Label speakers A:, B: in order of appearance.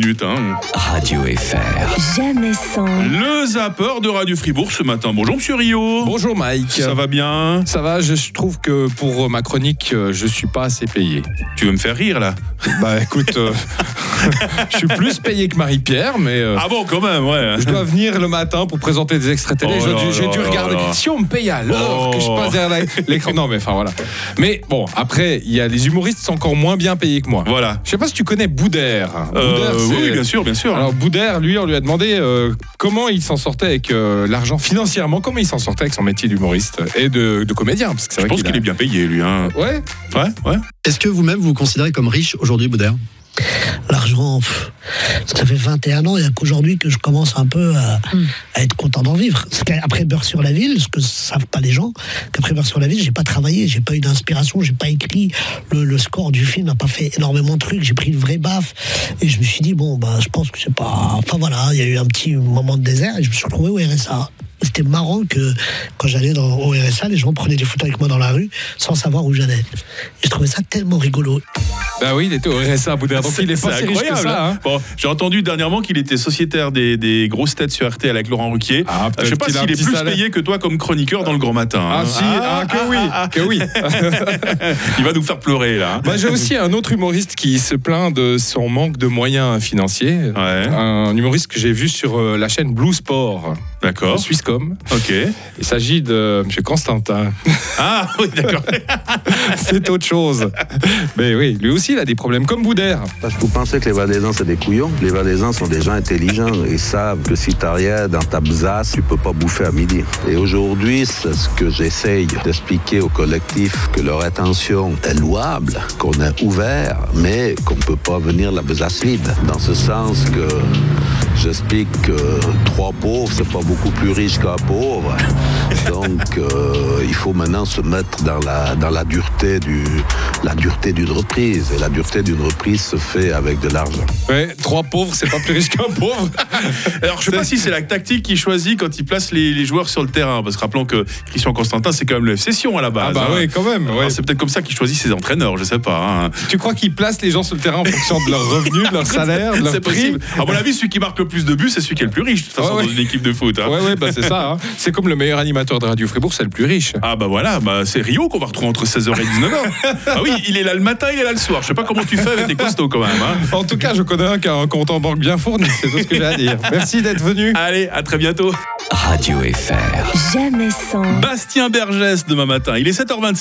A: minutes. hein.
B: Radio FR.
C: Jamais sans.
A: Le zapper de Radio Fribourg ce matin. Bonjour Monsieur Rio.
D: Bonjour Mike.
A: Ça va bien
D: Ça va, je trouve que pour ma chronique, euh, je suis pas assez payé.
A: Tu veux me faire rire là
D: Bah écoute, euh, je suis plus payé que Marie-Pierre, mais euh,
A: Ah bon quand même, ouais.
D: je dois venir le matin pour présenter des extraits télé.
A: Oh
D: J'ai
A: là
D: dû- J'ai
A: là
D: dû
A: là
D: regarder.
A: là.
D: Si on me paye à l'heure que je
A: Oh.
D: passe derrière la- l'écran. Non, mais enfin voilà. Mais bon, après, il y a les humoristes sont encore moins bien payés que moi.
A: Voilà.
D: Je sais pas si tu connais Boudère.
A: Euh,
D: Boudère, c'est-
A: oui, bien sûr, bien sûr.
D: Alors Boudère, lui, on lui a demandé euh, comment il s'en sortait avec euh, l'argent financièrement, comment il s'en sortait avec son métier d'humoriste et de, de comédien. Parce que c'est
A: je
D: vrai
A: pense qu'il est bien payé lui. Hein.
D: est. Ouais.
A: Ouais, ouais.
E: Est-ce que vous-même vous vous considérez comme riche aujourd'hui, Boudère
F: L'argent, pff, ça fait 21 ans et qu'aujourd'hui que je commence un peu à, à être content d'en vivre. Parce qu'après Beurre sur la ville, ce que savent pas les gens, qu'après Beurre sur la ville, j'ai pas travaillé, j'ai pas eu d'inspiration, j'ai pas écrit. Le, le score du film n'a pas fait énormément de trucs, j'ai pris une vraie baffe. Et je me suis dit, bon, bah, je pense que c'est pas. Enfin voilà, il y a eu un petit moment de désert et je me suis retrouvé au RSA. C'était marrant que quand j'allais dans- au RSA, les gens prenaient des photos avec moi dans la rue sans savoir où j'allais. Et je trouvais ça tellement rigolo.
D: Bah oui, il était au RSA Boudère, donc il est pas si riche que ça. hein.
A: Bon, j'ai entendu dernièrement qu'il était sociétaire des, des grosses têtes sur RT avec Laurent Ruquier.
D: Ah, peut-être
A: je sais pas
D: qu'il a
A: s'il
D: un
A: est
D: petit
A: plus
D: salaire.
A: payé que toi comme chroniqueur dans le grand matin. hein. Ah,
D: Ah, si, ah, que oui, que oui.
A: Il va nous faire pleurer là. hein.
D: Bah, J'ai aussi un autre humoriste qui se plaint de son manque de moyens financiers.
A: Ouais,
D: Un humoriste que j'ai vu sur euh, la chaîne Blue Sport,
A: d'accord.
D: de Swisscom.
A: Ok.
D: Il s'agit de euh, M. Constantin.
A: Ah oui, d'accord.
D: C'est autre chose. Mais oui, lui aussi, il a des problèmes comme Boudère.
G: Parce que vous pensez que les Valaisans, c'est des couillons Les Valaisans sont des gens intelligents. Ils savent que si t'as rien dans ta besace, tu peux pas bouffer à midi. Et aujourd'hui, c'est ce que j'essaye d'expliquer au collectif, que leur intention est louable, qu'on est ouvert, mais qu'on peut pas venir la besace vide. Dans ce sens que j'explique que trois pauvres, c'est pas beaucoup plus riche qu'un pauvre. Donc, euh, il faut maintenant se mettre dans la, dans la dureté du, la dureté d'une reprise. Et la dureté d'une reprise se fait avec de l'argent.
D: Ouais, trois pauvres, c'est pas plus riche qu'un pauvre.
A: Alors, je sais pas si c'est la tactique qu'il choisit quand il place les, les joueurs sur le terrain. Parce que rappelons que Christian Constantin, c'est quand même le FC Sion à la base.
D: Ah bah
A: hein.
D: oui, quand même.
A: Alors,
D: ouais.
A: C'est peut-être comme ça qu'il choisit ses entraîneurs, je sais pas. hein.
D: Tu crois qu'ils placent les gens sur le terrain en fonction de leurs revenus, de leur salaire, de leur
A: C'est
D: prix
A: possible. À mon avis, celui qui marque le plus de buts, c'est celui qui est le plus riche, de toute façon,
D: Ouais, ouais.
A: dans une équipe de foot. hein.
D: Ouais, ouais, bah c'est ça. hein. C'est comme le meilleur animateur de Radio Fribourg, c'est le plus riche.
A: Ah bah voilà, bah c'est Rio qu'on va retrouver entre 16h et 19h. ah oui, il est là le matin, il est là le soir. Je sais pas comment tu fais, mais t'es costaud quand même. hein.
D: En tout cas, je connais un qui a un compte en banque bien fourni, c'est tout ce que j'ai à dire. Merci d'être venu.
A: Allez, à très bientôt.
B: Radio FR.
C: Jamais sans.
A: Bastien Bergès demain matin, il est 7h25.